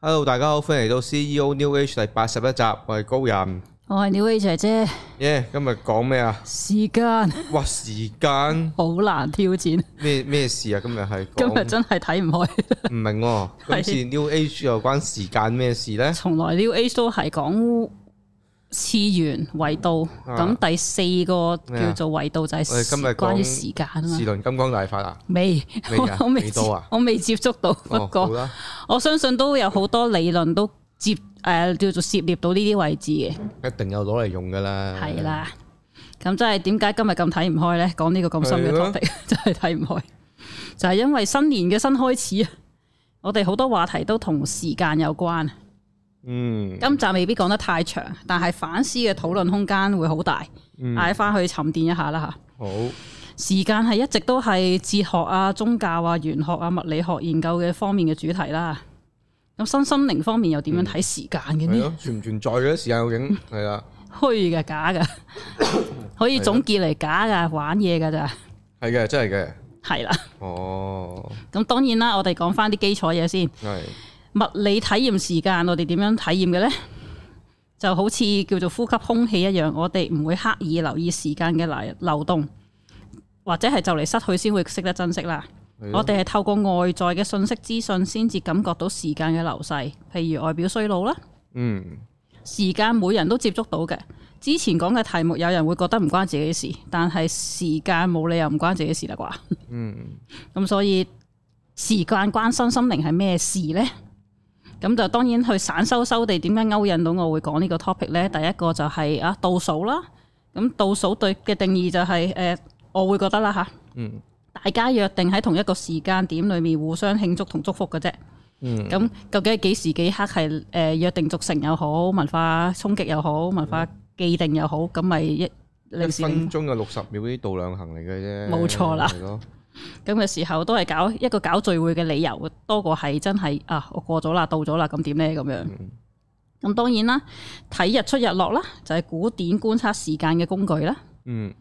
Hello，大家好，歡迎嚟到 CEO New Age 第八十一集，我係高人。我係 New Age 姐姐，耶、今日講咩啊？時間哇，時間好難挑戰，咩咩事啊？今日係今日講真係睇唔開。唔明喎、今次 New Age 又關時間咩事呢？從來 New Age 都係講次元維度，咁、啊第四個叫做維度就係我哋今日講關於時間啊嘛時。輪金剛大法啊？未未啊，我我未未接到啊我未接觸到，不哦，過好啦，我相信都有好多理論都接誒、叫做涉獵到呢啲位置嘅，一定有攞嚟用噶啦。係啦。咁真係點解今日咁睇唔開呢？講呢個咁深嘅係咯 topic 真係睇唔開，就係因為新年嘅新開始啊！我哋好多話題都同時間有關，嗯，今集未必講得太長，但係反思嘅討論空間會好大，嗯嗌翻去沉澱一下啦嚇。好，嗯時間係一直都係哲學啊、宗教啊、玄學啊、物理學研究嘅方面嘅主題啦。咁身心靈方面又點樣睇時間嘅嗯係呢？咯，存唔存在嘅時間究竟係啦，虛嘅、假嘅，可以總結嚟假嘅玩嘢㗎咋，係嘅，真係嘅。係啦。 哦，咁當然啦，我哋講翻啲基礎嘢先。係物理體驗時間，我哋點樣體驗嘅呢？就好似叫做呼吸空氣一樣，我哋唔會刻意留意時間嘅流流動，或者係就嚟失去先會識得珍惜啦。係咯我哋係透過外在嘅信息資訊，先至感覺到時間嘅流逝，譬如外表衰老啦。嗯，時間每人都接觸到嘅。之前講嘅題目，有人會覺得唔關自己事，但係時間冇理由唔關自己事啦啩。嗯。咁所以時間關身心靈係咩事呢？咁就當然去散修修地點解勾引到我會講呢個 topic 呢？第一個就係、啊倒數啦。咁倒數對嘅定義就係、呃我會覺得啦嚇。嗯。大家約定喺同一個時間點裏面互相慶祝同祝福嘅啫。咁究竟係幾時幾刻係誒、呃、約定俗成又好，文化衝擊又好，文化既定又好，咁咪一一歷史分鐘嘅六十秒呢度兩行嚟嘅啫，冇錯啦係咯，咁嘅時候，都係搞一個搞聚會嘅理由，多過係真係啊我過咗啦，到咗啦，咁點呢？咁樣？嗯咁當然啦，睇日出日落啦，就係、古典觀察時間嘅工具啦。嗯，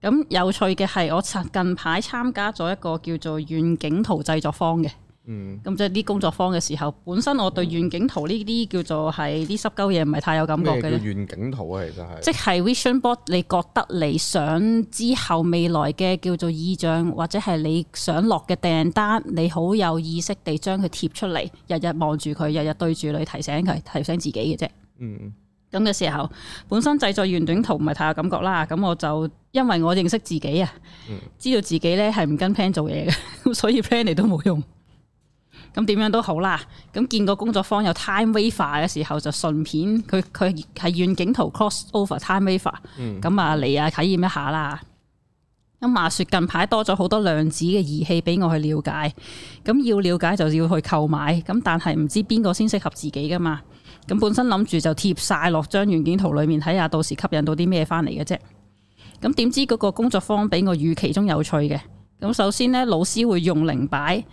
咁有趣嘅係，我曾近排參加咗一個叫做願景圖製作坊嘅。嗯，咁即係啲工作坊嘅時候，本身我對願景圖呢啲叫做係啲濕鳩嘢唔係太有感覺咩嘅叫啫，願景圖啊？其實係即係 vision board，你覺得你想之後未來嘅叫做意象，或者係你想落嘅訂單，你好有意識地將佢貼出嚟，日日望住佢，日日對住你提醒佢，提醒自己嘅啫。嗯咁嘅時候，本身製作圓短圖唔係太有感覺啦。咁我就因為我認識自己啊，嗯知道自己咧係唔跟 plan 做嘢嘅，咁所以 plan 嚟都冇用。咁點樣都好啦。咁見個工作坊有 time wafer 嘅時候，就順便佢佢係願景圖 cross over time wafer、咁啊嚟啊體驗一下啦。咁話說近排多咗好多量子嘅儀器俾我去了解，咁要了解就要去購買，咁但係唔知邊個先適合自己噶嘛？咁本身諗住就貼晒落張軟件圖裏面睇下，到時吸引到啲咩翻嚟嘅啫。咁點知嗰個工作坊比我預期中有趣嘅。咁首先呢，老師會用靈擺，誒、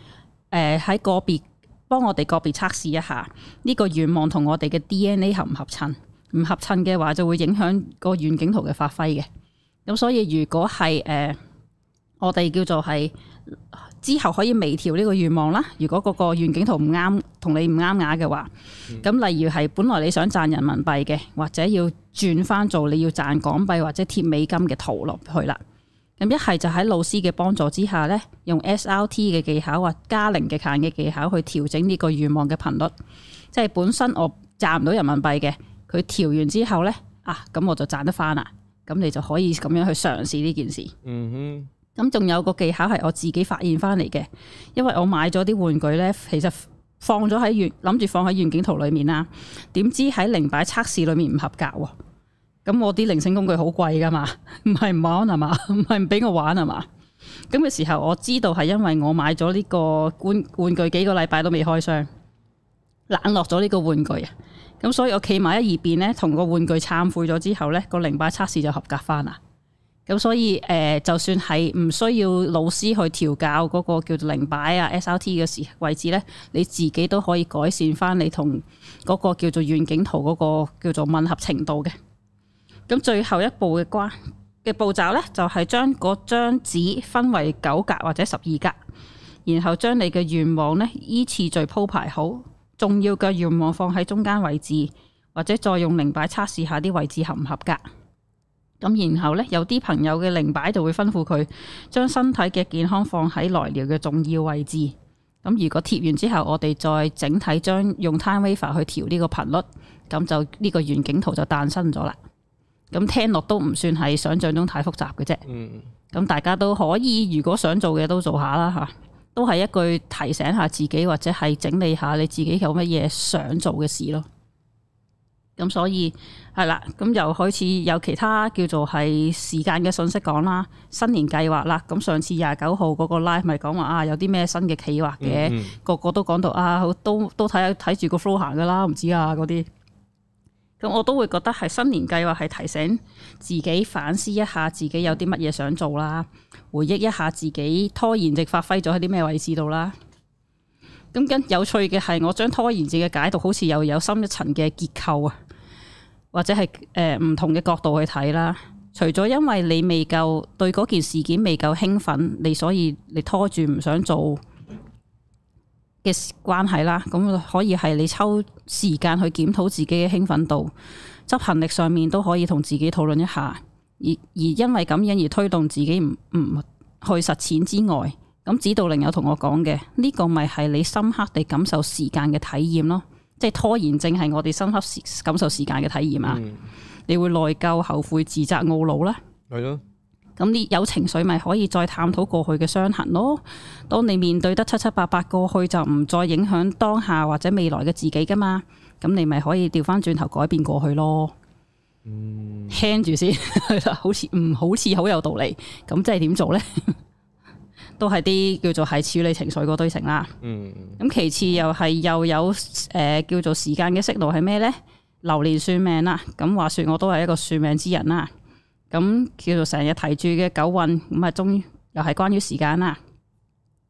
呃喺個別幫我哋個別測試一下呢、個願望同我哋嘅 DNA 合唔合襯。唔合襯嘅話，就會影響個願景圖嘅發揮嘅。咁所以如果係誒、呃我哋叫做係之後可以微調呢個願望啦。如果嗰個願景圖唔啱，同你唔啱眼嘅話，咁例如係本來你想賺人民幣嘅，或者要轉翻做你要賺港幣或者貼美金嘅圖落去啦。咁一係就喺老師嘅幫助之下呢，用 SRT 嘅技巧或加零極限嘅技巧去調整呢個願望嘅頻率，即係本身我賺唔到人民幣嘅，佢調完之後呢，啊，咁我就賺得翻啦。咁你就可以咁樣去嘗試呢件事。嗯咁仲有個技巧係我自己發現翻嚟嘅，因為我買咗啲玩具呢，其實放咗喺原諗住放喺願景圖裏面啦，點知喺靈擺測試裏面唔合格喎。咁我啲靈性工具好貴噶嘛， 唔係唔玩啊嘛， 唔係唔俾我玩啊嘛。咁嘅時候我知道係因為我買咗呢個玩玩具幾個禮拜都未開箱，冷落咗呢個玩具啊。咁所以我企埋一二邊呢，同個玩具懺悔咗之後呢，個靈擺測試就合格翻啦。咁所以誒、呃就算係唔需要老師去調教嗰個叫做零擺啊 SRT 嘅時位置咧，你自己都可以改善翻你同嗰個叫做願景圖嗰個叫做吻合程度嘅。咁最後一步嘅關嘅步驟咧，就係將嗰張紙分為九格或者十二格，然後將你嘅願望咧依次序鋪排好，重要嘅願望放喺中間位置，或者再用零擺測試下啲位置合唔合格。咁然後呢，有啲朋友嘅零擺就會吩咐佢將身體嘅健康放喺來療嘅重要位置。咁如果貼完之後，我哋再整體將用 Time Waver 去調呢個頻率，咁就呢個願景圖就誕生咗啦。咁聽落都唔算係想像中太複雜嘅啫。嗯，咁大家都可以，如果想做嘅都做下啦吓，都係一句提醒下自己，或者係整理下你自己有乜嘢想做嘅事咯。咁所以係啦，咁又開始有其他叫做係時間嘅信息講啦，新年計劃啦。咁上次廿九號嗰個 live 咪講話啊，有啲咩新嘅企劃嘅，嗯個個都講到啊，好都都睇下睇住個 flow 行噶啦，唔知啊嗰啲。咁我都會覺得係新年計劃係提醒自己反思一下自己有啲乜嘢想做啦，回憶一下自己拖延症發揮咗喺啲咩位置度啦。咁跟有趣嘅係，我將拖延症嘅解讀好似又有深一層嘅結構啊，或者係誒唔同嘅角度去睇啦。除咗因為你未夠對嗰件事件未夠興奮，你所以你拖住唔想做嘅關係啦，咁可以係你抽時間去檢討自己嘅興奮度，執行力上面都可以同自己討論一下。而而因為咁樣而推動自己唔唔去實踐之外，咁指導令有同我講嘅呢個咪係你深刻地感受時間嘅體驗咯，即係拖延症係我哋深刻時感受時間嘅體驗啊！嗯你會內疚、後悔、自責、懊惱啦。係咯，咁呢有情緒咪可以再探討過去嘅傷痕咯。當你面對得七七八八過去，就唔再影響當下或者未來嘅自己噶嘛。咁你咪可以調翻轉頭改變過去咯。嗯，聽住先， 係啦，好似唔好似好有道理。咁即係點做呢？ 都係啲叫做係處理情緒嗰堆成啦。嗯咁其次又係又有誒、呃叫做時間嘅息路係咩呢？流年算命啦，咁話說我都係一個算命之人啦，咁叫做成日提住嘅九運，咁啊終於又係關於時間啦。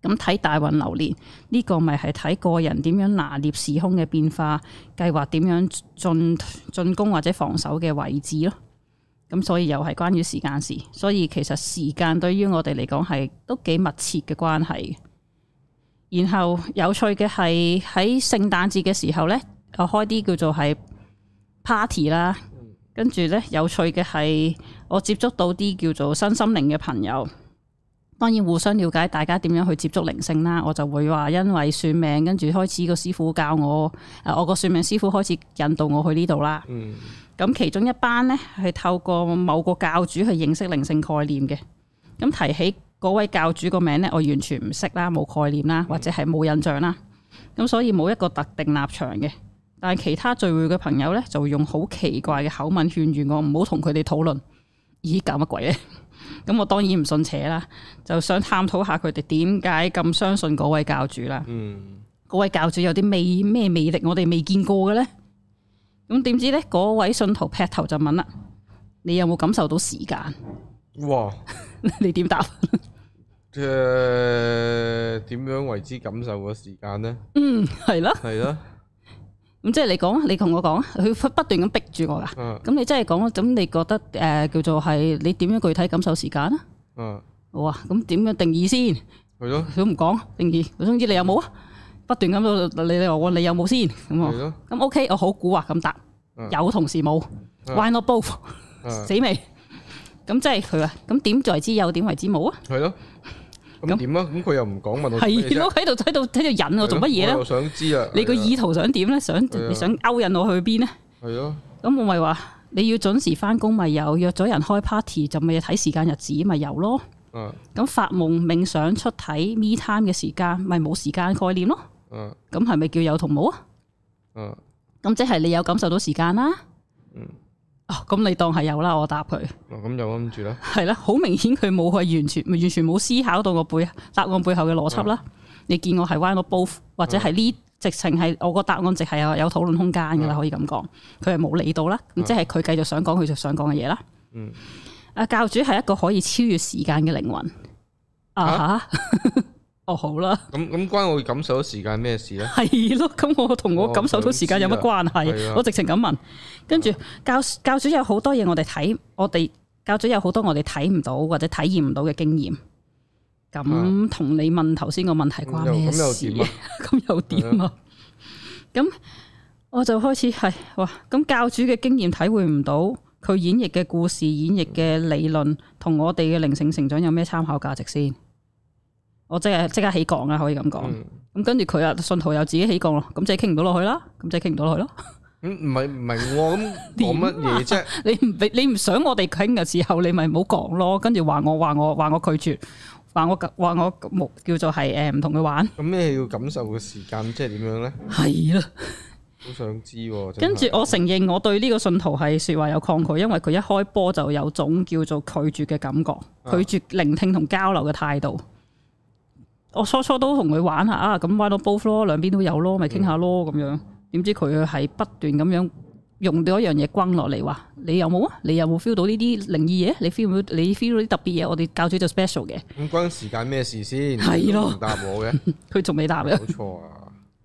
咁睇大運流年呢、個咪係睇個人點樣拿捏時空嘅變化，計劃點樣進進攻或者防守嘅位置咯。咁所以又係關於時間事，所以其實時間對於我哋嚟講係都幾密切嘅關係嘅然後有趣嘅係喺聖誕節嘅時候呢，我開啲叫做係 party 啦，跟住呢，有趣嘅係我接觸到啲叫做身心靈嘅朋友，當然互相了解大家點樣去接觸靈性啦。我就會話因為算命，跟住開始個師傅教我，誒我個算命師傅開始引導我去呢度啦。嗯咁其中一班呢，係透過某個教主去認識靈性概念嘅。咁提起嗰位教主個名呢，我完全唔識啦，冇概念啦，或者係冇印象啦。咁所以冇一個特定立場嘅。但係其他聚會嘅朋友呢，就會用好奇怪嘅口吻勸喻我唔好同佢哋討論。咦，搞乜鬼咧？ 咁我當然唔信邪啦，就想探討下佢哋點解咁相信嗰位教主啦。嗯嗰位教主有啲魅咩魅力，我哋未見過嘅呢？咁點知呢？嗰位信徒劈頭就問啦：你有冇感受到時間？ 嗯，哇！你點答？即係點樣為之感受個時間呢？嗯，係啦。係啦，咁即係你講，你同我講，佢不斷咁逼住我噶。嗯咁你真係講，咁你覺得誒、呃叫做係你點樣具體感受時間啊？嗯，我話咁點樣定義先？係咯，佢都唔講定義，總之你有冇啊？不斷咁到你你話我你有冇先咁係啊？咯，咁 OK，我好蠱惑咁答，嗯有同時冇嗯，why not both？嗯死未？咁即係佢話，咁點為之有，點為之冇啊？係咯。咁咁點啊？咁佢又唔講問我做乜嘢係啫咯，喺度喺度喺度引我做乜係咯嘢咧我？想知啊！你個係啊意圖想點咧？想係啊你想勾引我去邊咧？係咯，咁我咪話你要準時翻工咪有，約咗人開 party 就咪睇時間日子咪有咯。嗯咁發夢、冥想、出體、me time 嘅時間咪冇時間概念咯。嗯咁係咪叫有同冇啊？嗯咁即係你有感受到時間啦。哦，咁你當係有啦，我答佢。嗱咁就諗住啦。係啦，好明顯佢冇去完全完全冇思考到個背答案背後嘅邏輯啦。你見我係 why not both，或者係呢直情係我個答案直係有有討論空間㗎啦，可以咁講。佢係冇理到啦，咁即係佢繼續想講佢就想講嘅嘢啦。嗯，啊教主係一個可以超越時間嘅靈魂。 啊吓，哦好啦，咁咁關我感受到時間咩事咧？係咯，咁我同我感受到時間有乜關哦係係？啊我直情咁問，跟住教教主有好多嘢我哋睇，我哋教主有好多我哋睇唔到或者體驗唔到嘅經驗。咁同你問頭先個問題關啊咁又咩咁又事 點啊？咁又點啊？咁我就開始係哇，咁教主嘅經驗體會唔到佢演繹嘅故事、演繹嘅理論同我哋嘅靈性成長有咩參考價值先？我即係即刻起槓啦，可以咁講。嗯咁跟住佢啊，信徒又自己起槓咯，咁即係傾唔到落去啦，咁即係傾唔到落去咯。咁唔係唔明喎，咁講乜嘢啫？ 你唔俾你唔想我哋傾嘅時候，你咪唔好講咯。跟住話我話我話我拒絕，話我話我冇叫做係誒唔同佢玩，咁咩要感受嘅時間即係點樣咧？係啦。好想知喎。真係跟住我承認我對呢個信徒係説話有抗拒，因為佢一開波就有種叫做拒絕嘅感覺，啊拒絕聆聽同交流嘅態度。我初初都同佢玩下啊，咁玩到 both 咯，兩邊都有咯，咪傾下咯咁樣。點知佢係不斷咁樣用到一樣嘢轟落嚟話：你有冇啊？你有冇 feel 到呢啲靈異嘢？你 feel 唔到？你 feel 到啲特別嘢？我哋教主就 special 嘅，咁關時間咩事先？係咯都唔答我 嘅，佢仲未答嘅。冇錯啊。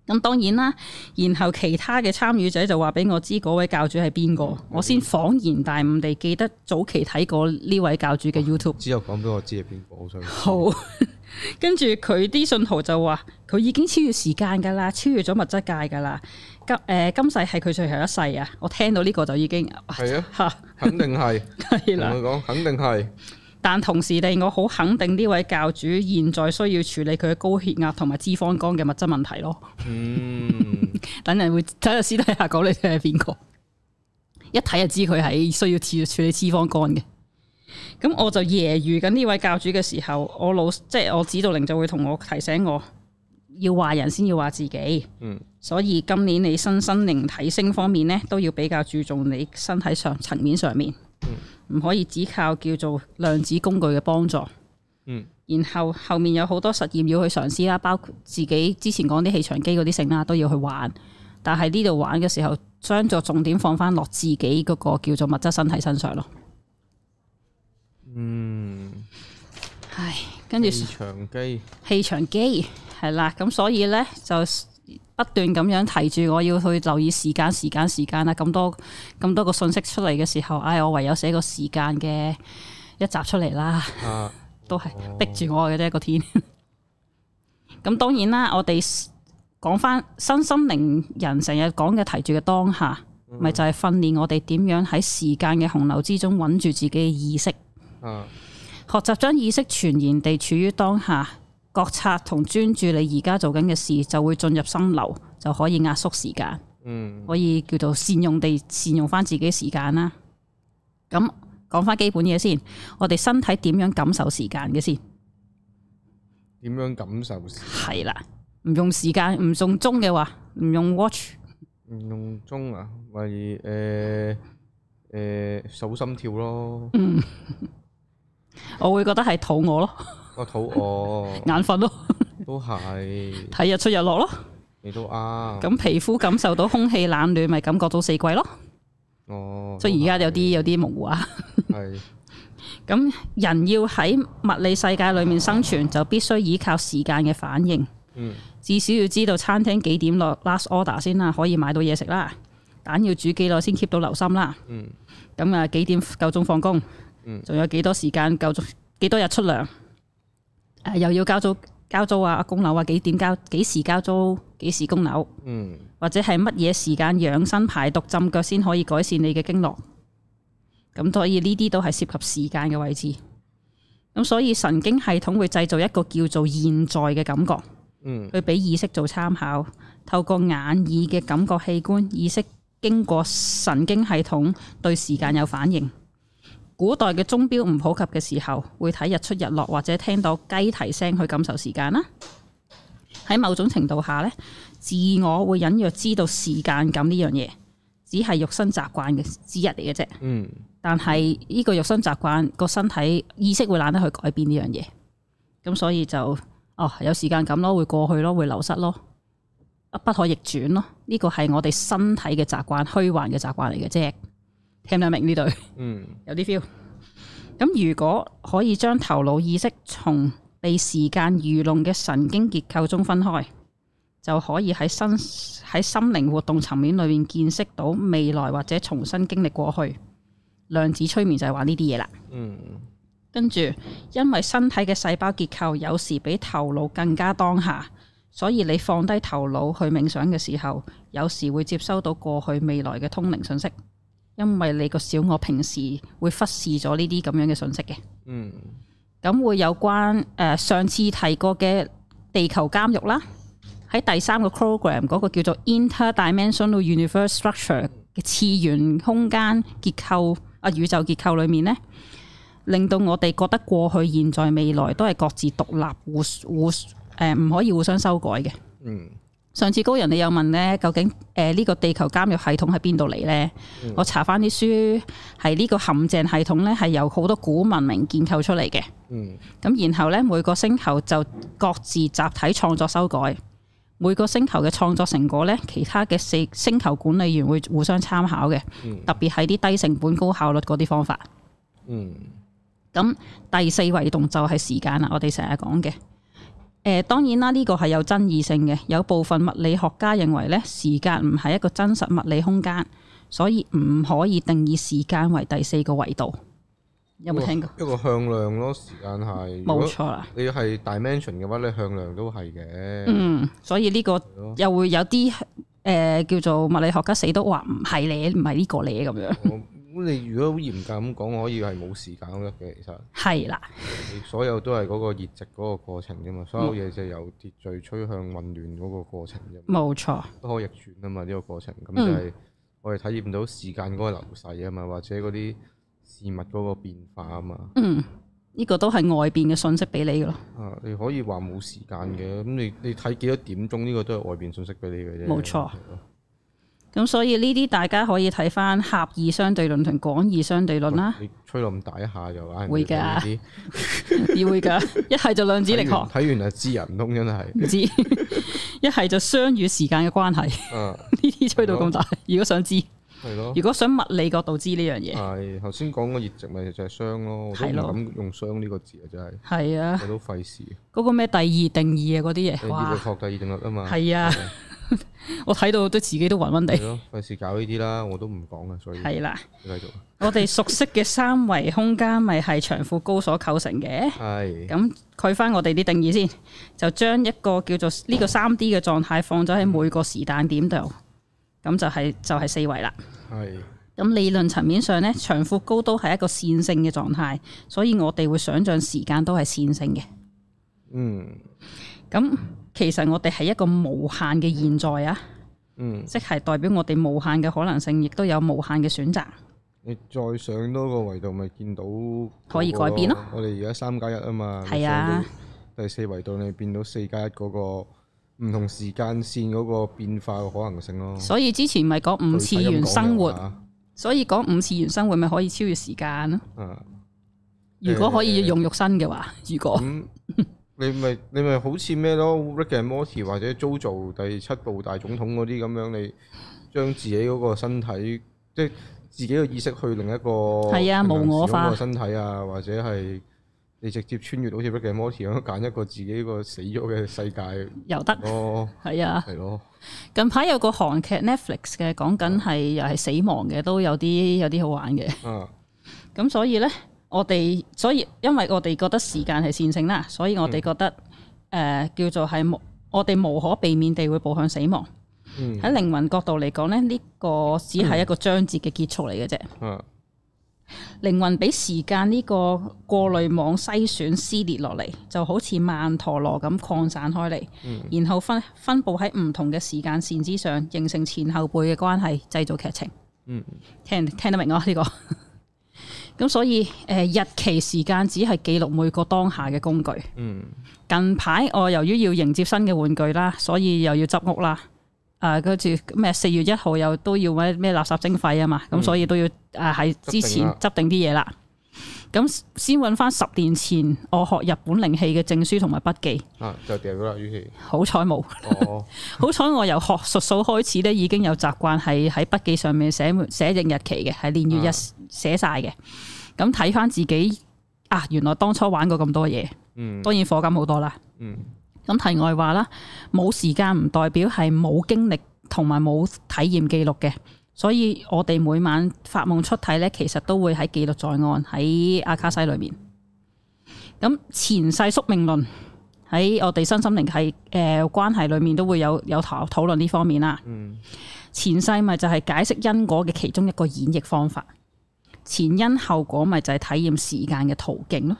咁當然啦，然後其他嘅參與者就話俾我知嗰位教主係邊個，我先恍然大悟地記得早期睇過呢位教主嘅 YouTube。之後講俾我知係邊個， 好想知好，跟住佢啲信徒就話佢已經超越時間㗎啦，超越咗物質界㗎啦。今誒、呃今世係佢最後一世啊！我聽到呢個就已經 係啊，嚇肯定係。係同啦。佢講，肯定係。但同時地，我好肯定呢位教主現在需要處理佢嘅高血壓同埋脂肪肝嘅物質問題咯。嗯，等人會睇下私底下講你聽係邊個，一睇就知佢係需要處處理脂肪肝嘅。咁我就揶揄緊呢位教主嘅時候，我老即係我指導靈就會同我提醒我，要話人先要話自己。嗯，所以今年你身心靈體升方面呢，都要比較注重你身體上層面上面，嗯唔可以只靠叫做量子工具嘅幫助。嗯，然後後面有好多實驗要去嘗試啦，包括自己之前講啲氣場機嗰啲性啦，都要去玩。但係呢度玩嘅時候，將個重點放翻落自己嗰個叫做物質身體身上咯。嗯，唉，跟住氣場機，氣場機係啦，咁所以呢，就不斷咁樣提住我要去留意時間、時間、時間啦。咁多咁多個信息出嚟嘅時候，唉，我唯有寫個時間嘅一集出嚟啦。 啊，都係逼住我嘅啫個天。 咁當然啦，我哋 s- 講翻身心靈人成日講嘅提住嘅當下，咪、就係訓練我哋點樣喺時間嘅洪流之中穩住自己嘅意識，啊，學習將意識全然地處於當下，覺察同專注你而家做緊嘅事，就會進入心流，就可以壓縮時間。嗯，可以叫做善用地善用翻自己時間啦。咁講翻基本嘢先，我哋身體點樣感受時間嘅先？點樣感受先？係啦，唔用時間，唔用鐘嘅話，唔用 watch，唔用鐘啊，咪誒誒數心跳咯，嗯我會覺得係肚餓咯， 我肚餓眼瞓咯， 都係，睇日出日落咯。你都啱。咁皮膚感受到空氣冷暖，咪感覺到四季咯。哦，所以而家有啲有啲模糊啊。都係咁人要喺物理世界裏面生存，就必須依靠時間嘅反應。嗯至少要知道餐廳幾點落 last order 先啦，可以買到嘢食啦。蛋要煮幾耐先 keep 到流心啦。嗯咁啊，幾點夠鐘放工？嗯仲有幾多時間夠鐘？幾多日出糧？誒又要交租交租啊，供樓啊，幾點交？幾時交租？幾時供樓？嗯或者係乜嘢時間養生排毒浸腳先可以改善你嘅經絡。咁所以呢啲都係涉及時間嘅位置。咁所以神經系統會製造一個叫做現在嘅感覺。嗯佢俾意識做參考，透過眼耳嘅感覺器官，意識經過神經系統對時間有反應。古代嘅鐘錶唔普及嘅時候，會睇日出日落或者聽到雞啼聲去感受時間啦。喺某種程度下呢，自我會隱約知道時間感呢樣嘢，只係肉身習慣嘅之一嚟嘅啫。嗯但係呢個肉身習慣個身體意識會懶得去改變呢樣嘢，咁所以就哦有時間感咯，會過去咯，會流失咯，啊不可逆轉咯。呢個係我哋身體嘅習慣，虛幻嘅習慣嚟嘅啫。聽唔聽得明呢對？嗯有啲 feel。咁如果可以將頭腦意識從被時間愚弄嘅神經結構中分開，就可以喺身喺心靈活動層面裏面見識到未來或者重新經歷過去。量子催眠就係玩呢啲嘢啦。嗯跟住，因為身體嘅細胞結構有時比頭腦更加當下，所以你放低頭腦去冥想嘅時候，有時會接收到過去、未來嘅通靈信息，因為你個小我平時會忽視咗呢啲咁樣嘅信息嘅。嗯咁會有關誒、呃上次提過嘅地球監獄啦，喺第三個 program 嗰個叫做 Interdimensional Universe Structure 嘅次元空間結構啊宇宙結構裏面呢，令到我哋覺得過去、現在、未來都係各自獨立互互誒唔、可以互相修改嘅。嗯上次高人你有問呢，究竟誒呢、個地球監獄系統喺邊度嚟呢？我查翻啲書係呢個陷阱系統呢，係由好多古文明建構出嚟嘅。嗯咁然後咧，每個星球就各自集體創作修改，每個星球嘅創作成果咧，其他嘅四星球管理員會互相參考嘅，嗯特別係啲低成本高效率嗰啲方法。嗯咁第四維動就係時間啦，我哋成日講嘅。誒、當然啦，呢個係有爭議性嘅，有部分物理學家認為咧，時間唔係一個真實物理空間，所以唔可以定義時間為第四個維度。有冇聽過？一個一個向量咯，時間係。如冇果錯啦。你係 dimension 嘅話，你向量都係嘅。嗯，所以呢個係咯又會有啲誒、呃叫做物理學家死都話唔係你，唔係呢個你咁樣，我咁你如果好嚴格咁講，可以係冇時間都得嘅。其實係啦，你所有都係嗰個熱值嗰個過程啫嗯嘛，所有嘢就由秩序趨向混亂嗰個過程啫嘛，冇錯，不可逆轉啊嘛呢、個過程。咁嗯就係我哋體驗到時間嗰個流逝啊嘛，或者嗰啲事物嗰個變化啊嘛。嗯，呢、個都係外邊嘅信息俾你嘅咯，啊，你可以話冇時間嘅，咁你你睇幾多點鐘呢個都係外邊信息俾你嘅啫。冇錯係咯。咁所以呢啲大家可以睇翻狹義相對論同廣義相對論 啦，你吹到咁大一下就唉，會㗎睇呢啲要會㗎，一係就量子力睇完學，睇完就知人唔通真係。 唔知，一係就相與時間嘅關係， 呢啊，啲吹到咁大，如果想知，係咯。如果想物理角度知呢樣嘢，係頭先講個熱值咪就係傷咯，我都唔係咯敢用傷呢個字啊，真係係啊，我都費事。嗰、個咩第二定義啊嗰啲熱嘢，力哇，學第二定律啊嘛，係啊， 我睇到都自己都暈暈地係，咯，費事搞呢啲啦，我都唔講啊，所以係啦。你繼續啊。我哋熟悉嘅三維空間咪係長闊高所構成嘅。係咁佢翻我哋啲定義先，就將一個叫做呢個三 D 嘅狀態放咗喺每個時間點度，咁就係、就係、四維啦。係咁理論層面上呢，長闊高都係一個線性嘅狀態，所以我哋會想像時間都係線性嘅。嗯咁其實我哋係一個無限嘅現在啊，嗯，即係代表我哋無限嘅可能性，亦都有無限嘅選擇。你再上多個維度咪見到可以嗰個改變咯。我哋而家三加一啊嘛，係啊你上到第四維度你變到四加一嗰個唔同時間線嗰個變化嘅可能性咯。所以之前咪講五次具體咁元講嘅生活。話所以講五次元生活咪可以超越時間咯。啊，如果可以用肉身嘅話，如果咁你咪你咪好似咩咯，Rick and Morty 或者 JoJo 第七部大總統嗰啲咁樣，你將自己嗰個身體，即係自己嘅意識去另一個係啊無我化平行時空個身體啊，或者係你直接穿越好似 Rick and Morty 咁樣揀一個自己個死咗嘅世界又得 咯，係啊。係咯，近排有個韓劇 Netflix 嘅講緊係又係死亡嘅，都有啲有啲好玩嘅。啊，咁所以呢，我哋所以因為我哋覺得時間係線性啦，所以我哋覺得誒、呃叫做係無我哋無可避免地會步向死亡。嗯喺靈魂角度嚟講呢，呢、個只係一個章節嘅結束嚟嘅啫。啊，靈魂俾時間呢個過濾網篩選撕裂落嚟，就好似曼陀羅咁擴散開嚟，嗯然後分分佈喺唔同嘅時間線之上，形成前後輩嘅關係，製造劇情。嗯，聽聽得明啊呢、 個。咁所以誒、呃日期時間只係記錄每個當下嘅工具。嗯，近排我由於要迎接新嘅玩具啦，所以又要執屋啦。啊，跟住咩四月一號又都要咩咩垃圾徵費啊嘛，咁、所以都要啊喺之前嗯執執定啲嘢啦。咁先揾翻十年前我學日本靈氣嘅證書同埋筆記，啊，就掉咗啦，於 是，好彩冇，哦，好彩我由學術數開始咧已經有習慣係喺筆記上面寫寫定日期嘅，係年啊月日寫晒嘅。咁睇翻自己啊，原來當初玩過咁多嘢，嗯當然課金好多啦。嗯咁題外話啦，冇時間唔代表係冇經歷同埋冇體驗記錄嘅，所以我哋每晚發夢出體呢，其實都會喺記錄在案喺阿卡西裏面。咁前世宿命論喺我哋身心靈係诶、呃、关系里面都會有有讨讨论呢方面啦。嗯前世咪就係解釋因果嘅其中一個演繹方法，前因後果咪就係體驗時間嘅途徑咯。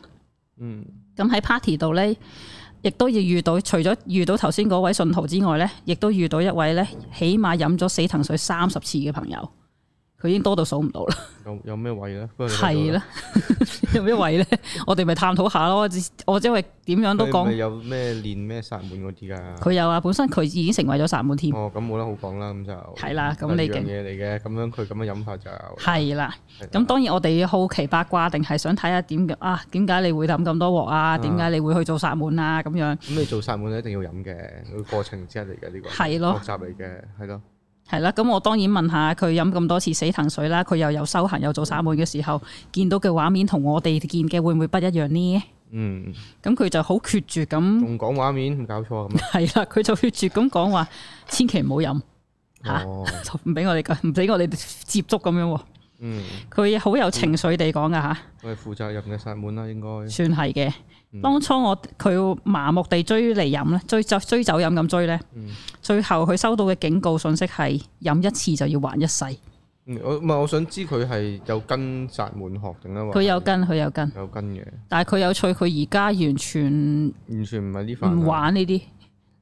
嗯咁喺 party 度呢，亦都要遇到，除咗遇到頭先嗰位信徒之外呢，亦都遇到一位呢，起碼飲咗死藤水三十次嘅朋友，佢已經多到數唔到啦。有有咩位咧？不過你繼續係啦， 有咩位呢？我哋咪探討下咯。我因為點樣都你咪講，有咩練咩薩滿嗰啲㗎？佢有啊，本身佢已經成為咗薩滿添。哦，咁冇得好講啦，咁就係啦咁第二你樣勁嘢嚟嘅，咁樣佢咁樣飲法就係啦，係啦咁當然我哋好奇八卦，定係想睇下點嘅啊？點解你會抌咁多鑊啊？點解你會去做薩滿啊？咁樣咁你做薩滿一定要飲嘅，佢過程之一嚟嘅呢個係咯學習嚟嘅，係咯，係啦，咁我當然問下佢飲咁多次死藤水啦，佢又有修行又做薩滿嘅時候，見到嘅畫面同我哋見嘅會唔會不一樣呢？嗯，咁佢就好決絕 咁，仲講畫面唔搞錯 咁係啦，佢就決絕咁講話，千祈唔好飲， 啊，嚇哦，就唔俾我哋唔俾我哋接觸咁樣喎。嗯，佢好有情緒地講噶嚇。我係負責任嘅薩滿啦，應該，算係嘅嗯。當初我佢麻木地追嚟飲咧，追酒追酒飲咁追咧，嗯最後佢收到嘅警告信息係飲一次就要還一世。嗯我唔係我想知佢係有跟薩滿學定啊？佢有跟佢有跟，有跟嘅，但係佢有趣，佢而家完全完全唔係呢啊份唔，玩呢啲，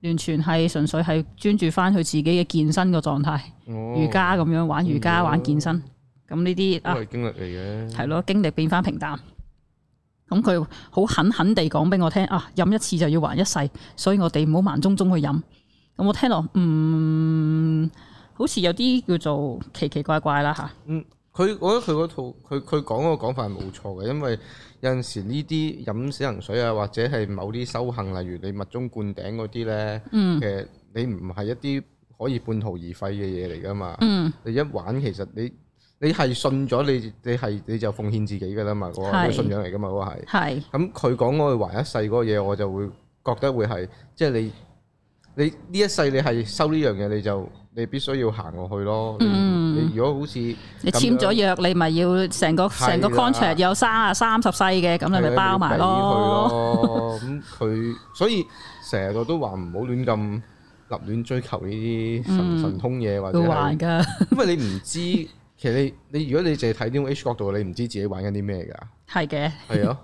完全係純粹係專注翻佢自己嘅健身個狀態，哦瑜伽咁樣玩瑜伽嗯玩健身。咁呢啲都啊，係經歷嚟嘅，係咯，經歷變翻平淡。咁佢好狠狠地講俾我聽啊，飲一次就要還一世，所以我哋唔好盲中中去飲。咁我聽落，嗯，好似有啲叫做奇奇怪怪啦吓。嗯，佢我覺得佢嗰套佢佢講嗰個講法係冇錯嘅，因為有陣時呢啲飲死人水啊，或者係某啲修行，例如你密宗灌頂嗰啲咧，嗯其實你唔係一啲可以半途而廢嘅嘢嚟噶嘛。嗯，你一玩其實你你係信咗你你係你就奉獻自己噶啦嘛，嗰、個係信仰嚟噶嘛，嗰、個係。係咁佢講嗰個還一世嗰個嘢，我就會覺得會係即係你你呢一世你係收呢樣嘢，你就你必須要行落去咯。你嗯你如果好似你咁簽咗樣約，你咪要成個係啦啊成個 contract 有三啊三十世嘅，咁你咪包埋咯。咯。咁佢所以成日我都話唔好亂咁立亂追求呢啲神嗯神通嘢，或者佢還係㗎， 因為你唔知，其實你你如果你淨係睇 New Age 角度，你唔知自己玩緊啲咩㗎，係嘅，係 啊，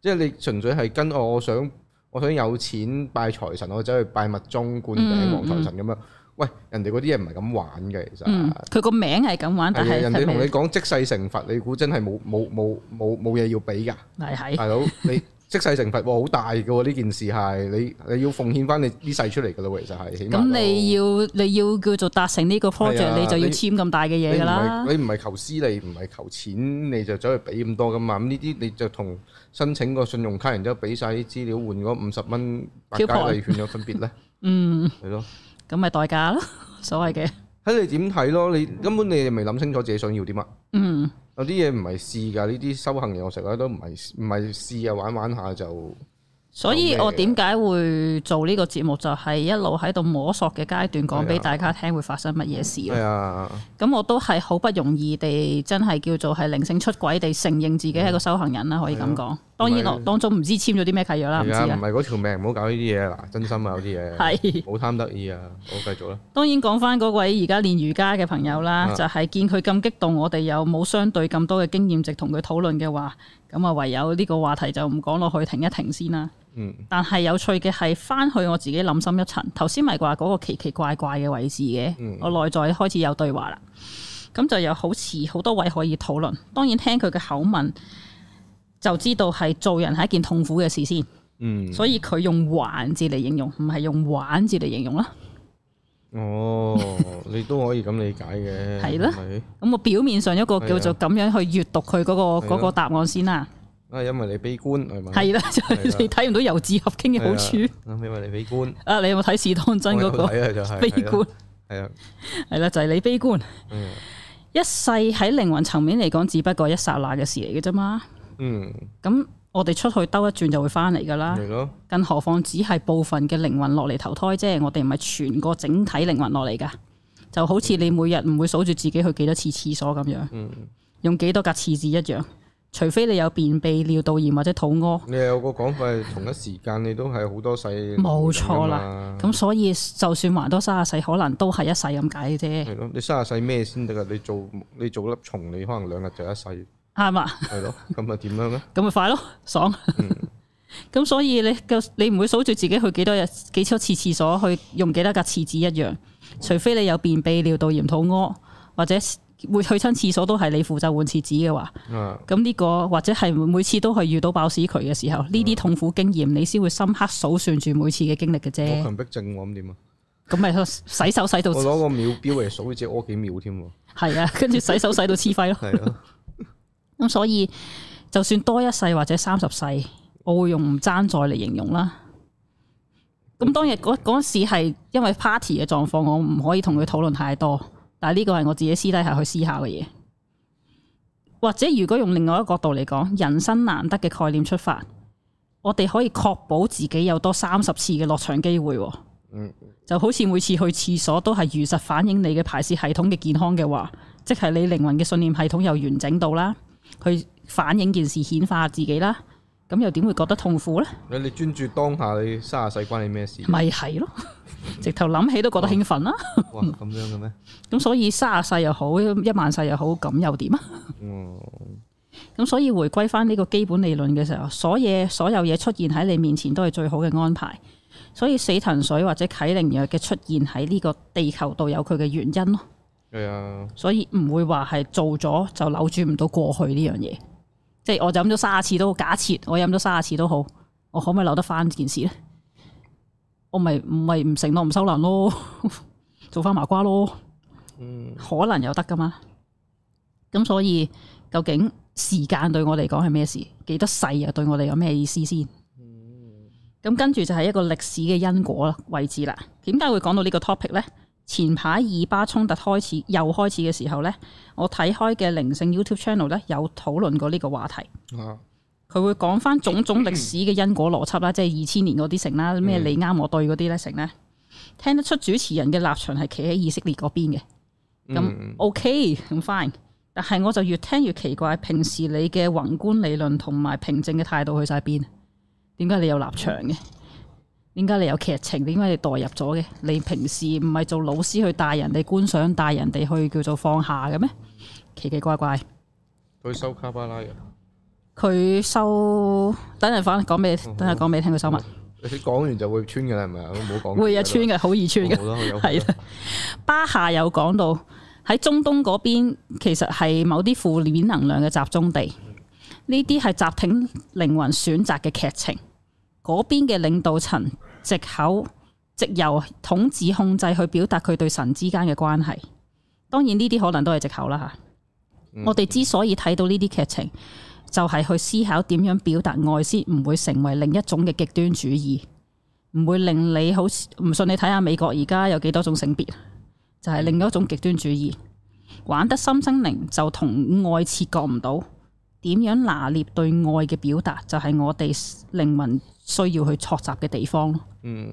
即係你純粹係跟我，我想我想有錢拜財神，我走去拜密宗、灌頂、嗯黃財神咁樣。喂，人哋嗰啲嘢唔係咁玩嘅，其實。嗯，佢個名係咁玩，係但啊，係人哋同你係講即世成佛，你估真係冇冇冇冇冇嘢要俾㗎？咪係大佬， 你即世成佛喎，好大嘅喎！呢件事係你你要奉獻翻你呢世出嚟嘅咯，其實係起碼咁都你要你要叫做達成呢個啊係啊 project，你就要你簽咁大嘅嘢㗎啦你唔。係你唔係求私利，唔係求錢，你就走去俾咁多噶嘛？咁呢啲你就同申請個信用卡，然之後俾晒啲資料換嗰五十蚊百漂佳泊利券有分別咧？ 嗯，係咯，咁咪代價咯， 所謂嘅。睇你點睇咯。你根本你哋未諗清楚自己想要啲乜。嗯，有啲嘢唔係試㗎，呢啲修行嘢我成日都唔係唔係試啊，玩玩下就所以有咩我點解會做呢個節目，就係一路喺度摸索嘅階段，講俾係啊大家聽會發生乜嘢事係咯。啊，咁我都係好不容易地，真係叫做係靈性出軌地承認自己係個修行人啦，可以咁講。當然啊唔係啊我當中唔知簽咗啲咩契約啦，唔係知啊，唔啊。係嗰條命唔好搞呢啲嘢嗱，真心啊有啲嘢， 係冇貪得意啊，好繼續啦，當然講翻嗰位而家練瑜伽嘅朋友啦，啊就係見佢咁激動，我哋有冇相對咁多嘅經驗值同佢討論嘅話，咁啊唯有呢個話題就唔講落去，停一停先啦。嗯但係有趣嘅係翻去我自己諗深一層，頭先咪話嗰個奇奇怪怪嘅位置嘅，嗯我內在開始有對話啦。咁就有好似好多位可以討論。當然聽佢嘅口吻就知道係做人係一件痛苦嘅事先，嗯， 所以佢用玩字嚟形容，唔係用玩字嚟形容啦。哦，你都可以咁理解嘅，係咯係咪咁我表面上一個係啊叫做咁樣去閱讀佢嗰、個係咯嗰個答案先啦，啊，因為你悲觀係咪？係啦，就係啊係你睇唔到油字合傾嘅好係處。啊，因為你悲觀，啊，你有冇睇是當真嗰個 我有睇啊 就係悲觀？係啊，係啦，就係你悲觀。係啊一世喺靈魂層面嚟講，只不過一剎那嘅事嚟嘅啫嘛。嗯，咁我哋出去兜一轉就會翻嚟噶啦。係咯，更何況只係部分嘅靈魂落嚟投胎啫，我哋唔係全個整體靈魂落嚟噶。就好似你每日唔會數住自己去幾多次廁所咁樣，嗯用幾多格廁紙一樣。除非你有便秘、尿道炎或者肚屙，你有個講法係同一時間你都係好多世，冇錯啦。咁所以就算還多三十世，可能都係一世咁解嘅啫，係咯，你三十世咩先得啊？你做你做粒蟲，你可能兩日就一世，啱嘛？係咯，咁啊點樣 咧？咁咪快咯，爽。咁所以你個你唔會數住自己去幾多日、幾多次廁所，去用幾多架廁紙一樣，除非你有便秘、尿道炎、肚屙，或者會去親廁所都係你負責換廁紙嘅話，啊，咁呢、個或者係每次都係遇到爆屎渠嘅時候，呢啲痛苦經驗你先會深刻數算住每次嘅經歷嘅我啫。強迫症喎，咁點啊？咁咪洗手洗到我攞個秒表嚟數，只屙幾秒添喎，係啊，跟住洗手洗到黐肺咯。係咯，咁所以就算多一世或者三十世，我會用唔爭在嚟形容啦。咁當日嗰嗰陣時係因為 party 嘅狀況，我唔可以同佢討論太多。但係呢個係我自己私底下去思考嘅嘢。或者如果用另外一個角度嚟講，人生難得嘅概念出發，我哋可以確保自己有多三十次嘅落場機會喎。嗯就好似每次去廁所都係如實反映你嘅排泄系統嘅健康嘅話，即係你靈魂嘅信念系統又完整到啦，去反映件事顯化自己啦，咁又點會覺得痛苦呢？你你專注當下，你三十世關你咩 事？咪係咯，直頭諗起都覺得興奮啦。哇，咁樣嘅咩？咁所以三十世又好，一萬世又好，咁又點啊？哦，咁所以回歸翻呢個基本理論嘅時候，所嘢所有嘢出現喺你面前都係最好嘅安排。所以死藤水或者啟靈藥嘅出現喺呢個地球度有佢嘅原因咯。係啊，所以唔會話係做咗就扭轉唔到過去呢樣嘢。即係我就飲咗卅次都好假設我飲咗卅次都好，我可唔可以扭得翻件事咧？我咪唔咪唔承諾唔收能咯， 做翻麻瓜咯，嗯，可能又得噶嘛。咁所以究竟時間對我嚟講係咩事？幾多世又對我哋有咩意思先？咁跟住就係一個歷史嘅因果啦位置啦。點解會講到呢個 topic 呢？前排以巴衝突開始又開始嘅時候呢，我睇開嘅靈性 YouTube channel 呢，有討論過呢個話題。啊，佢會講翻種種歷史嘅因果邏輯啦，即係二千年嗰啲成啦，咩你啱我對嗰啲咧成咧，聽得出主持人嘅立場係企喺以色列嗰邊嘅，咁、嗯 OK 咁 fine，但係我就越聽越奇怪，平時你嘅宏觀理論同埋平靜嘅態度去晒邊？點解你有立場嘅？點解你有劇情？點解你代入咗嘅？你平時唔係做老師去帶人哋觀賞、帶人哋去叫做放下嘅咩？奇奇怪怪。佢收卡巴拉啊嘅，佢收，等陣翻講俾你，等陣講俾你聽佢收乜， 你講完就會穿嘅啦，係咪啊？唔嗯 好講。會啊穿嘅，好易穿嘅，好啦，有 係啊啦。巴夏有講到喺中東嗰邊，其實係某啲負面能量嘅集中地，呢啲係集挺靈魂選擇嘅劇情。嗰邊嘅領導層藉口，藉由統治控制去表達佢對神之間嘅關係。當然呢啲可能都係藉口啦嚇。我哋之所以睇到呢啲劇情，就係去思考點樣表達愛先，唔會成為另一種嘅極端主義，唔會令你好似唔信你睇下美國而家有幾多種性別，就係、另一種極端主義。玩得心生靈就同愛切割唔到，點樣拿捏對愛嘅表達，就係、我哋靈魂需要去學習嘅地方咯。嗯，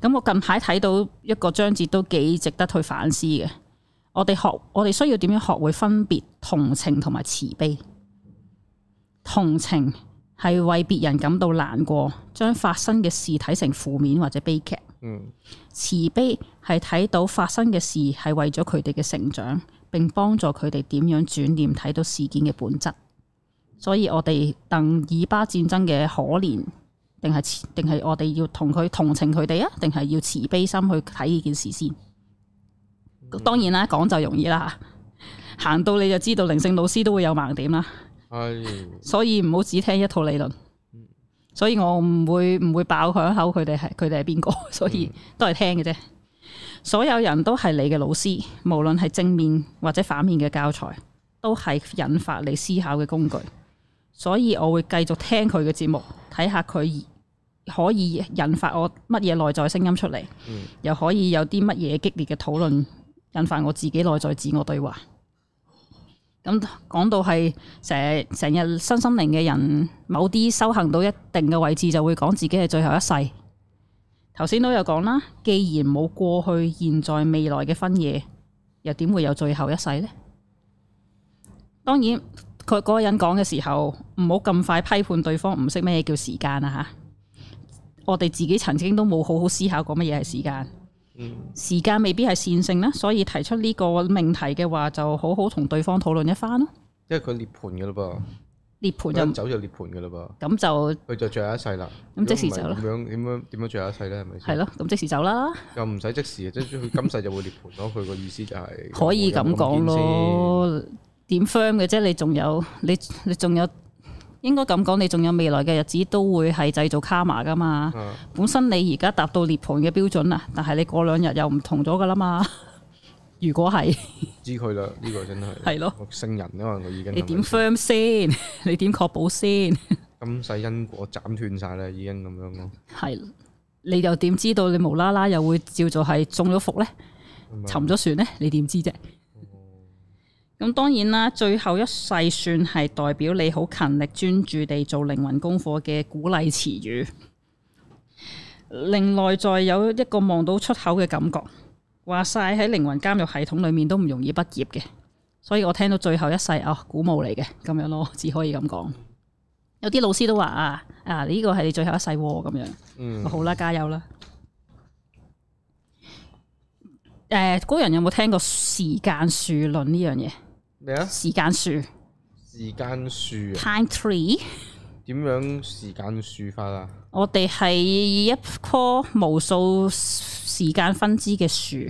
咁我近排睇到一個章節都幾值得去反思嘅。我哋學，我哋需要點樣學會分別同情同埋慈悲？同情係為別人感到難過，將發生嘅事睇成負面或者悲劇。嗯，慈悲係睇到發生嘅事係為咗佢哋嘅成長，並幫助佢哋點樣轉念睇到事件嘅本質。所以我哋鄧以巴戰爭嘅可憐，定係慈定係我哋要同佢同情佢哋啊，定係要慈悲心去睇呢件事先。當然啦，講就容易啦，行到你就知道靈性老師都會有盲點啦。係，所以唔好只聽一套理論。所以我唔會唔會爆響口佢哋係佢哋係邊個， 所以都係聽嘅啫。所有人都係你嘅老師，無論係正面或者反面嘅教材，都係引發你思考嘅工具。所以我會繼續聽佢嘅節目，睇下佢可以引發我乜嘢內在聲音出嚟，嗯又可以有啲乜嘢激烈嘅討論，引發我自己內在自我對話。咁講到係成成日身心靈嘅人，某啲修行到一定嘅位置，就會講自己係最後一世。頭先都有講啦，既然冇過去、現在、未來嘅分野，又點會有最後一世呢？當然，佢嗰個人講嘅時候，唔好咁快批判對方唔識咩叫時間啊吓。我哋自己曾經都冇好好思考過乜嘢係時間，嗯時間未必係線性啦，所以提出呢個命題嘅話，就好好同對方討論一番咯。因為佢涅盤嘅嘞噃，涅佢盤一就走就涅盤嘅嘞噃，咁就佢就最後一世啦。咁即時走啦如果唔係點樣點樣點樣最後一世咧？係咪係先？咯，咁即時走啦，又唔使即時，啊即係佢今世就會涅盤咯。佢個意思就係可以咁講咯。點 firm 嘅啫？你仲有你你仲有應該咁講，你仲有未來嘅日子都會係製造卡瑪噶嘛。有冇咁堅先。啊本身你而家達到涅盤嘅標準啦，啊但係你過兩日又唔同咗噶啦嘛。如果係知佢啦，呢個真係係咯，聖人因為佢已經你係點咪 firm 先？ 你點確保先？今世因果斬斷晒啦，已經咁樣咯。係你又點知道你無啦啦又會照做係中咗伏呢？咁啊沉咗船呢？你點知啫？咁當然啦，最後一世算係代表你好勤力專注地做靈魂功課嘅鼓勵詞語，令內在有一個望到出口嘅感覺。話晒喺靈魂監獄系統裡面都唔容易畢業嘅，所以我聽到最後一世啊，鼓舞嚟嘅咁樣咯，只可以咁講。有啲老師都話啊啊，呢個係你最後一世喎咁樣。嗯，好啦，加油啦！誒、高人有冇聽過時間樹論呢樣嘢？咩啊？時間樹時間樹啊？ （time tree），點樣時間樹法啊？我哋係一棵無數時間分支嘅樹，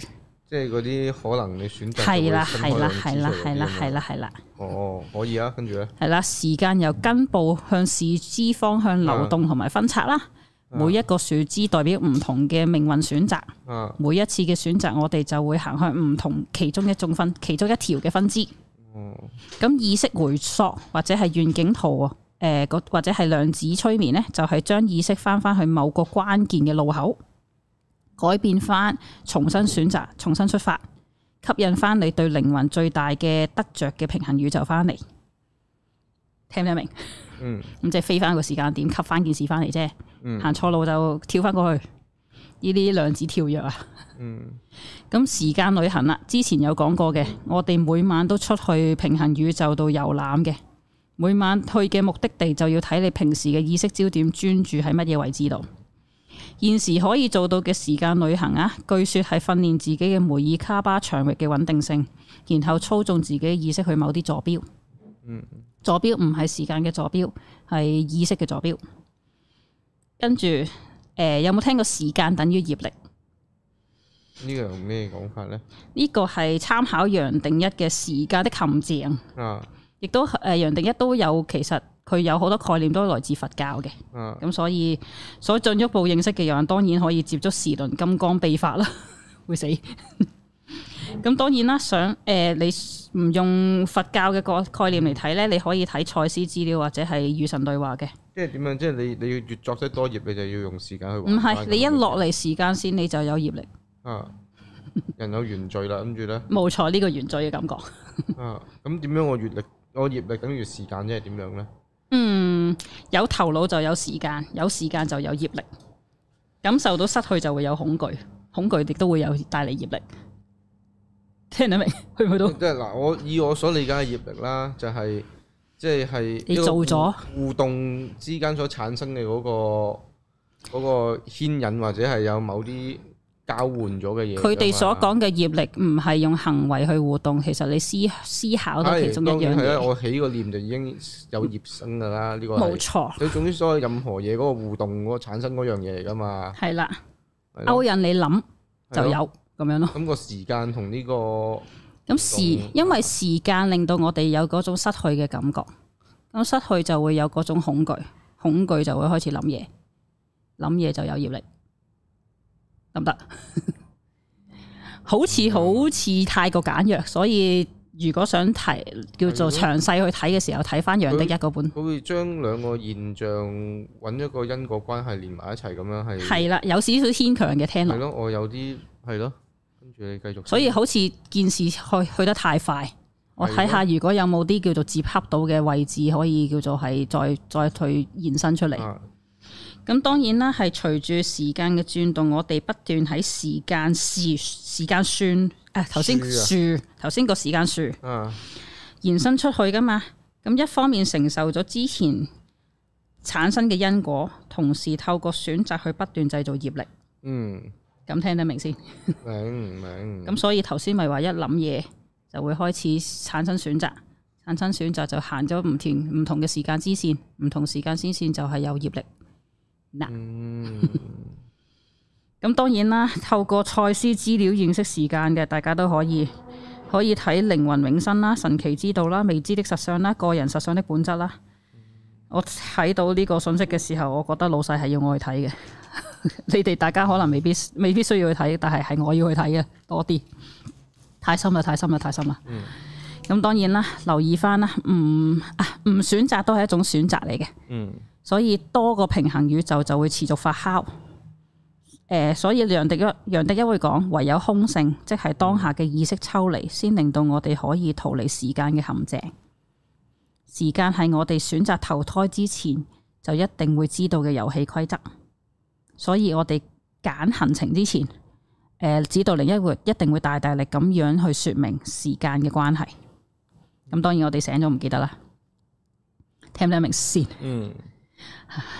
即係嗰啲可能你選擇就會係啦，分係啦，開係兩啦支，出嚟嗰啲啊嘛係啦，係啦，係啦，哦，可以啊，跟住咧，係啦，時間由根部向樹枝方向啊流動同埋分拆啦。每一個樹枝代表唔同嘅命運選擇，啊，每一次嘅選擇，我哋就會行向唔同其中一種分，其中一條嘅分支。哦，咁意識回溯或者係願景圖啊，誒、嗰或者係量子催眠咧，就係、將意識翻翻去某個關鍵嘅路口，改變翻，重新選擇，重新出發，吸引翻你對靈魂最大嘅得着嘅平衡宇宙翻嚟。聽唔聽明？嗯咁即係飛翻個時間點，吸翻件事翻嚟啫。嗯行錯路就跳翻過去，呢啲量子跳躍啊！嗯，咁時間旅行啦，之前有講過嘅，我哋每晚都出去平行宇宙度遊覽嘅。每晚去嘅目的地就要睇你平時嘅意識焦點專注喺乜嘢位置度。現時可以做到嘅時間旅行啊，據說係訓練自己嘅梅爾卡巴場域嘅穩定性，然後操縱自己嘅意識去某啲坐標。坐標唔係時間嘅坐標，係意識嘅坐標。跟住，誒、有冇聽過時間等於業力？呢個用咩講法咧？呢個係參考楊定一嘅時間的陷阱，啊亦都誒楊定一都有其實佢有好多概念都來自佛教嘅，啊，咁所以所進一步認識嘅人當然可以接觸時輪金剛秘法啦， 會死。咁當然啦，想誒、呃你唔用佛教嘅個概念嚟睇咧，你可以睇賽斯資料或者係與神對話嘅。即係點樣？即係你你要越作得多業，你就要用時間去唔還返係哦咁你一樣落嚟時間線你就有業力，啊，人有原罪啦，跟住咧冇錯呢個原罪嘅感覺。啊，咁點樣我閱力我業力等於時間即係點樣咧？嗯，有頭腦就有時間，有時間就有業力，感受到失去就會有恐懼，恐懼亦都會有帶嚟業力。聽得明？去唔去到？即係嗱，我以我所理解嘅業力啦，就係即係係你一個做咗互互動之間所產生嘅嗰個嗰個牽引，或者係有某啲交換咗嘅嘢㗎嘛。佢哋所講嘅業力唔係用行為去互動，其實你思思考到其中一當樣然係啦，啊嘢，我起個念就已經有業生㗎啦，呢個冇係。錯，佢總之所有任何嘢嗰個互動嗰個產生嗰樣嘢嚟㗎嘛，係啦，係咯勾引你諗就係咯有咁樣咯。咁個時間同呢個咁時動因為時間令到我哋有嗰種失去嘅感覺，咁失去就會有嗰種恐懼，恐懼就會開始諗嘢，諗嘢就有業力，得唔得？ 好似好似太過簡約，所以如果想提叫做係詳細去睇嘅時候，睇翻楊的一嗰本佢會將兩個現象揾一個因果關係連埋一齊咁樣係。係啦，有少少牽強嘅聽係落，咯，我有啲係咯，跟住你繼續。啊所以好似件事去去得太快。我睇下如果有冇啲叫做接洽到嘅位置，可以叫做係再再去延伸出嚟。啊，咁當然啦，係隨住時間嘅轉動，我哋不斷喺時間時時間算誒頭先樹啊樹頭先個時間樹啊延伸出去噶嘛。咁一方面承受咗之前產生嘅因果，同時透過選擇去不斷製造業力。嗯，咁聽得明先？明明，咁所以頭先咪話一諗嘢就會開始產生選擇，產生選擇就行咗唔同唔同嘅時間支線，唔同時間支線就係有業力。嗯，咁當然啦，透過賽斯資料認識時間嘅，大家都可以可以睇靈魂永生啦、神奇之道啦、未知的實相啦、個人實相的本質啦。我睇到呢個信息嘅時候，我覺得老細係要我去睇嘅。 你哋大家可能未必未必需要去睇，但係係我要去睇嘅多啲。太深啦，太深啦，太深啦。咁、當然啦，留意翻啦，唔啊唔選擇都係一種選擇嚟嘅。嗯，所以多個平衡宇宙就會持續發酵。誒、呃所以楊迪一楊迪一會講，唯有空性，即係當下嘅意識抽離，先令到我哋可以逃離時間嘅陷阱。時間係我哋選擇投胎之前就一定會知道嘅遊戲規則，所以我哋揀行程之前，誒、指導靈一會一定會大大力咁樣去説明時間嘅關係。咁當然我哋醒咗唔記得啦，聽唔聽得明先？嗯，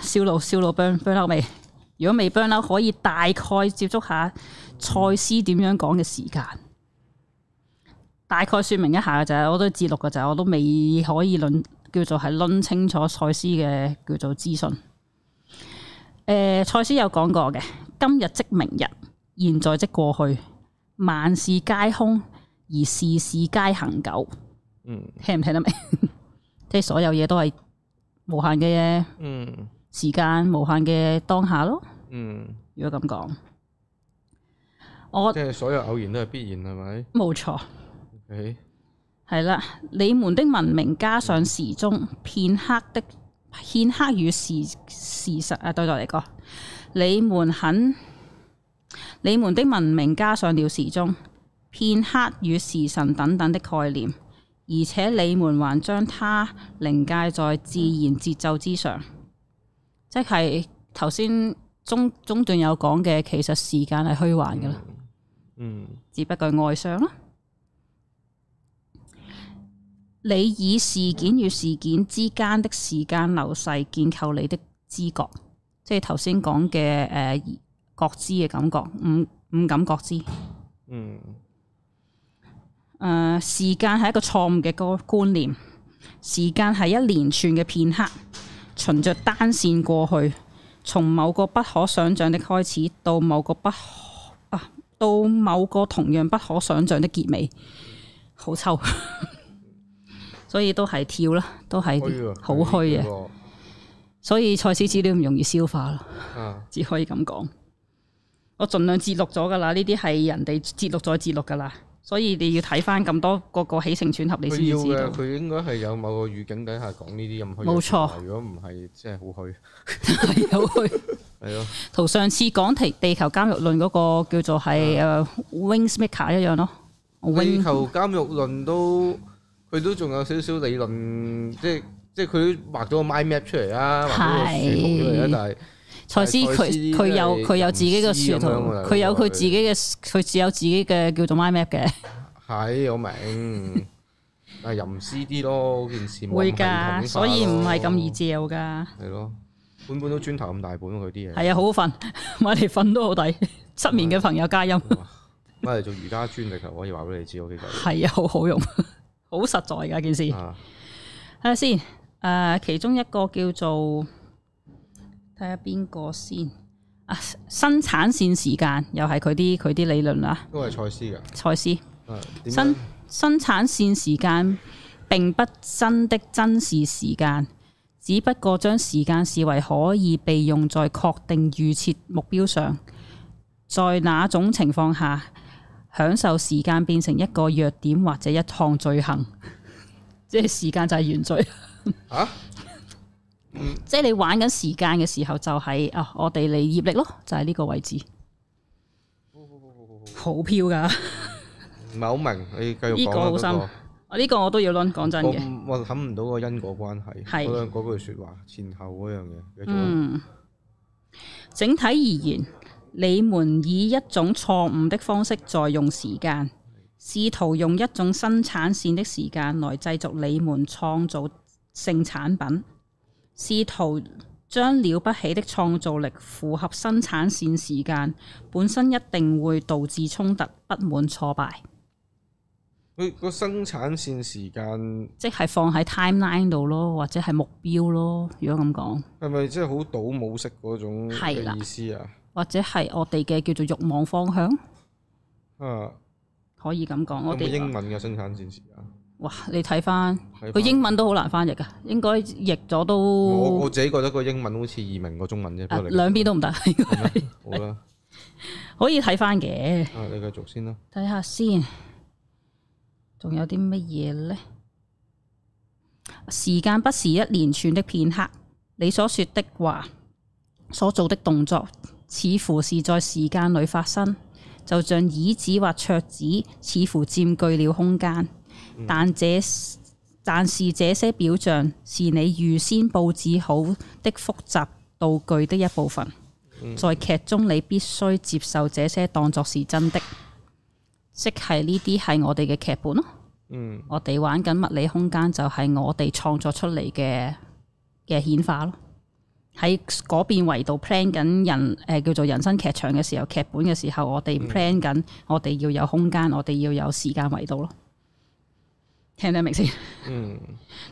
燒腦燒腦 burn burn out 未？如果未 burn out，可以大概接觸下賽斯點樣講嘅時間，大概說明一下就係，我都係自錄嘅就係，我都未可以論叫做係論清楚賽斯嘅叫做資訊。誒、賽斯有講過嘅，今日即明日，現在即過去，萬事皆空，而事事皆恒久。嗯，聽唔聽得明？ 即係所有嘢都係無限嘅嘢。嗯，時間無限嘅當下咯。嗯，如果咁講，我即係所有偶然都係必然，係咪冇錯， ？OK，係啦。你們的文明加上時鐘片刻的片刻與時事實啊，對我嚟講，你們很你們的文明加上了時鐘片刻與時辰等等的概念，而且你們還將它凌駕在自然節奏之上。即係頭先中中段有講嘅，其實時間係虛幻嘅啦，嗯，只不過係外相啦。你以事件與事件之間的時間流逝建構你的知覺，即係頭先講嘅誒覺知嘅感覺，五五感覺知。嗯，誒、時間係一個錯誤嘅個觀念，時間係一連串嘅片刻，循着單線過去，從某個不可想像的開始，到某個不可啊，到某個同樣不可想像的結尾，好抽，所以都係跳啦，都係虛啊喎，好虛啊嘅，嘅，所以賽斯資料唔容易消化咯。啊，只可以咁講。我盡量節錄咗噶啦，呢啲係人哋節錄再節錄噶啦，所以你要睇翻咁多個個起承轉合，你先佢至要知嘅，道。佢應該係有某個語境底下講呢啲咁虛嘅冇說錯話，如果唔係，真係好虛， 係有去係咯，同上次講地地球監獄論嗰個叫做係啊誒 Wings Maker 一樣咯。地 Wing 球監獄論都佢都仲有少少理論，即係即係佢都畫咗個 mind map 出嚟啦，畫咗個樹圖出嚟啦，但係賽斯賽佢斯佢有即係佢有自己嘅樹圖吟詩咁樣㗎啦，佢有佢佢自己嘅佢只有自己嘅叫做 mind map 嘅。係我明，但係吟詩啲咯，件事冇咁系會統化㗎，咯所以唔係咁易，嚼㗎。係咯，本本都磚頭咁大本喎佢啲嘢，係啊，好好瞓， 我哋瞓都好抵。失眠嘅朋友加音。 乜嚟啊做瑜伽磚嚟㗎？可以話俾你知我幾 嚿係啊，好好用，好實在噶件事。睇啊，下先，誒、其中一個叫做睇下邊個先啊，生產線時間又係佢啲佢啲理論啊啦，都係賽斯㗎，賽斯啊點樣生生產線時間並不真的真是時間，只不過將時間視為可以被用在確定預設目標上，在哪種情況下享受時間變成一個弱點或者一項罪行， 即係時間就係原罪。啊？ 即係你玩緊時間嘅時候，就係、啊，我哋嚟業力咯，就係、呢個位置。好飄噶，唔係好明，你繼續呢個講好啦深嗰個。我哦呢個我都要論，講真我嘅。唔我諗唔到個因果關係，係嗰兩嗰句説話前後嗰樣嘢，繼續啦嗯，整體而言，你們以一種錯誤的方式在用時間，試圖用一種生產線的時間來製造你們創造性產品，試圖將了不起的創造力符合生產線時間，本身一定會導致衝突、不滿、挫敗，佢個生產線時間即係放喺 timeline 度咯，或者係目標咯。如果咁講，係咪即係好倒模式嗰種係啦嘅意思啊？或者係我哋嘅叫做慾望方向，啊，可以咁講。有我冇啊英哋文嘅生產線時間？哇，你睇翻睇佢返英文都好難翻譯噶，應該譯咗我都我自己覺得個英文好似易明過中文啫，不哦啊過你兩邊 都唔得，應該係好啦，可以睇翻嘅。啊你繼續先啦。睇下先，仲有啲乜嘢呢？時間不是一連串的片刻，你所說的話、所做的動作，似乎是在時間裏發生，就像椅子或桌子，似乎佔據了空間。但這但是這些表象是你預先佈置好的複雜道具的一部分。在劇中你必須接受這些當作是真的，即係呢啲係我哋嘅劇本咯。嗯，我哋玩緊物理空間就係我哋創作出嚟嘅嘅顯化咯。喺嗰邊維度 plan 緊人誒、呃叫做人生劇場嘅時候，劇本嘅時候，我哋 plan 緊，我哋要有空間，我哋要有時間維度咯。聽得明先？嗯，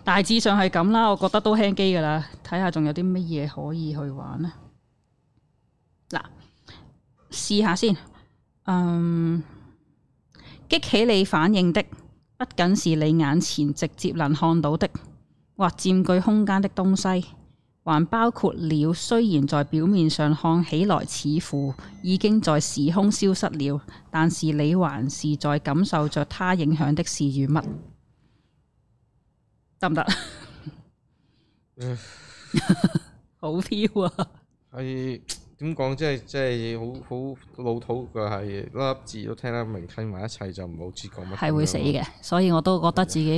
大致上係咁啦，我覺得都輕機噶啦。睇下仲有啲乜嘢可以去玩呢？嗱，試下先。嗯，激起你反應的，不僅是你眼前直接能看到的或佔據空間的東西，還包括了雖然在表面上看起來似乎已經在時空消失了，但是你還是在感受着它影響的事與物，得唔得？ 好飄啊！係點講？即係即係好好老土嘅係粒字都聽得明，聽埋一齊就唔好知講乜。係會死。嘅，所以我都覺得自己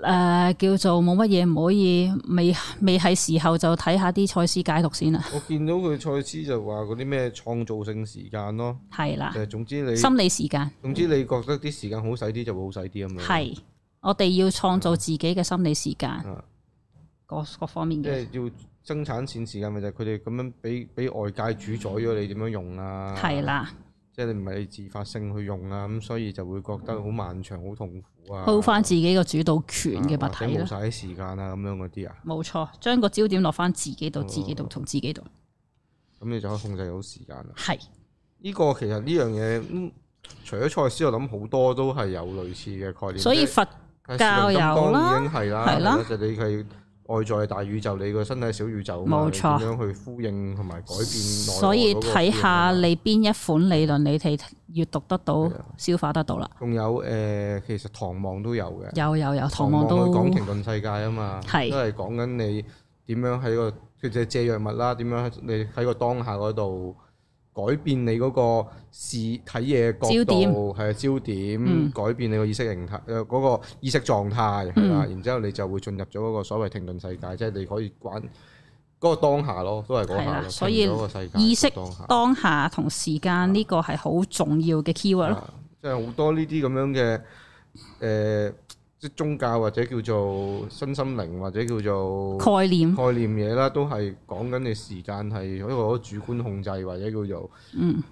啊誒、呃叫做冇乜嘢唔可以，未未係時候就睇下啲賽斯解讀先啦，我見到佢賽斯就話嗰啲咩創造性時間咯，係啦就，係總之你啊心理時間總之你覺得啲時間好使啲就會好使啲咁樣。係我哋要創造自己嘅心理時間，啊，各各方面即嘅係要生產線時間咪就係佢哋咁樣俾俾外界主宰咗你點樣用啊。係。啦，即係你唔係你自發性去用啊，咁所以就會覺得好漫長、好痛苦啊。鋪翻自己個主導權啊嘅物或體者冇啦，晒啲時間啊，咁樣嗰啲啊，冇錯，將個焦點落翻自己度、哦自己度同自己度，咁你就可以控制到時間啦。啊係呢個其實呢樣嘢，嗯除咗賽斯，我諗好多都係有類似嘅概念。所即以係佛教有啦但係時間金剛已經係啦，係啦係就你係外在大宇宙，你個身體小宇宙啊嘛，冇錯你點樣去呼應同埋改變內外嗰個啊呼應啊嘛。所以睇下你邊一款理論你哋閱讀得到係啊、消化得到啦。仲有誒，其實唐望都有嘅。有有有，啊唐望啊望都去講停頓世界啊嘛，都係係講緊你點樣喺個佢就借藥物啦，點樣你喺個當下嗰度改變你嗰個視睇嘢角焦點度，係啊焦點，嗯改變你個意識形態，誒、呃嗰個意識狀態係嗯啦，然之後你就會進入咗嗰個所謂停頓世界，即係你可以玩嗰個當下咯，都係嗰係下啦咯，所以停咗個世界意識嗰個當下。當下同時間呢個係好重要嘅 keyword 咯。啊即係好多呢啲咁樣嘅誒、呃即係宗教或者叫做身心靈或者叫做概念概念嘢啦，都係講緊你時間係一個好主觀控制或者叫做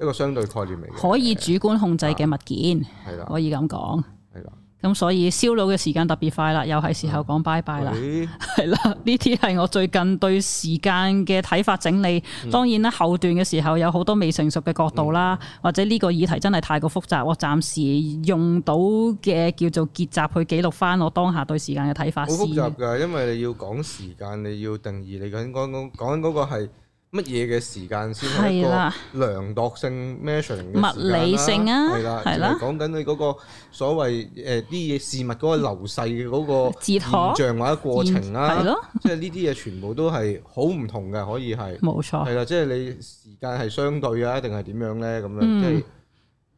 一個相對概念嚟嘅，嗯可以主觀控制嘅物件，係啊啦可以咁講。係啦。咁所以燒腦嘅時間特別快啦，又係時候啊講拜拜啦，咦係啦。呢啲係我最近對時間嘅睇法整理。嗯當然啦，後段嘅時候有好多未成熟嘅角度啦，或者呢個議題真係太過複雜，我暫時用到嘅叫做結集去記錄翻我當下對時間嘅睇法好先。複雜㗎，因為你要講時間，你要定義你緊講講講緊嗰個係乜嘢嘅時間先係一係個啦量度性 measuring 嘅時間啦物理性啊係啦，係就啦係講緊你嗰個所謂誒啲嘢事物嗰個流逝嘅嗰個哲學現象或者過程現係啦咯，即係呢啲嘢全部都係好唔同嘅，可以係冇錯。係啦，即係你時間係相對啊，定係點樣咧？咁樣嗯即係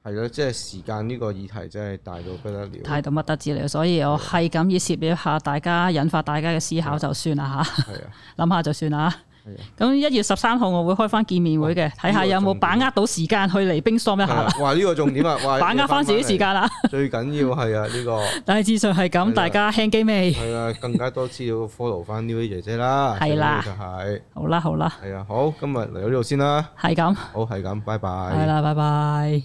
係咯，即係時間呢個議題真係大到不得了，態度乜得之了，所以我係咁以涉獵下大家，引發大家嘅思考就算啦吓，係啊。 諗下就算係啦。啊哦咁一月十三號我會開翻見面會嘅，睇下有冇把握到時間去嚟冰 storm 一下啦，哇！呢個重 點啊，哇！把握翻自己時間啦。最緊要係啊呢個。大致上係係啦咁，大家輕機未？係啊，更加多資料 follow 翻呢位姐姐啦。係啦最緊要就係好啦好啦，係啊，好，今日嚟到呢度先啦。係咁，好，係咁，拜拜。係啦，拜拜。